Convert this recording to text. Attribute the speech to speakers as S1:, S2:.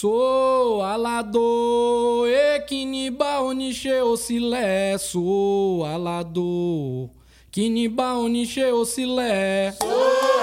S1: So alado ekiniba onishe osile so alado kiniba onishe osile so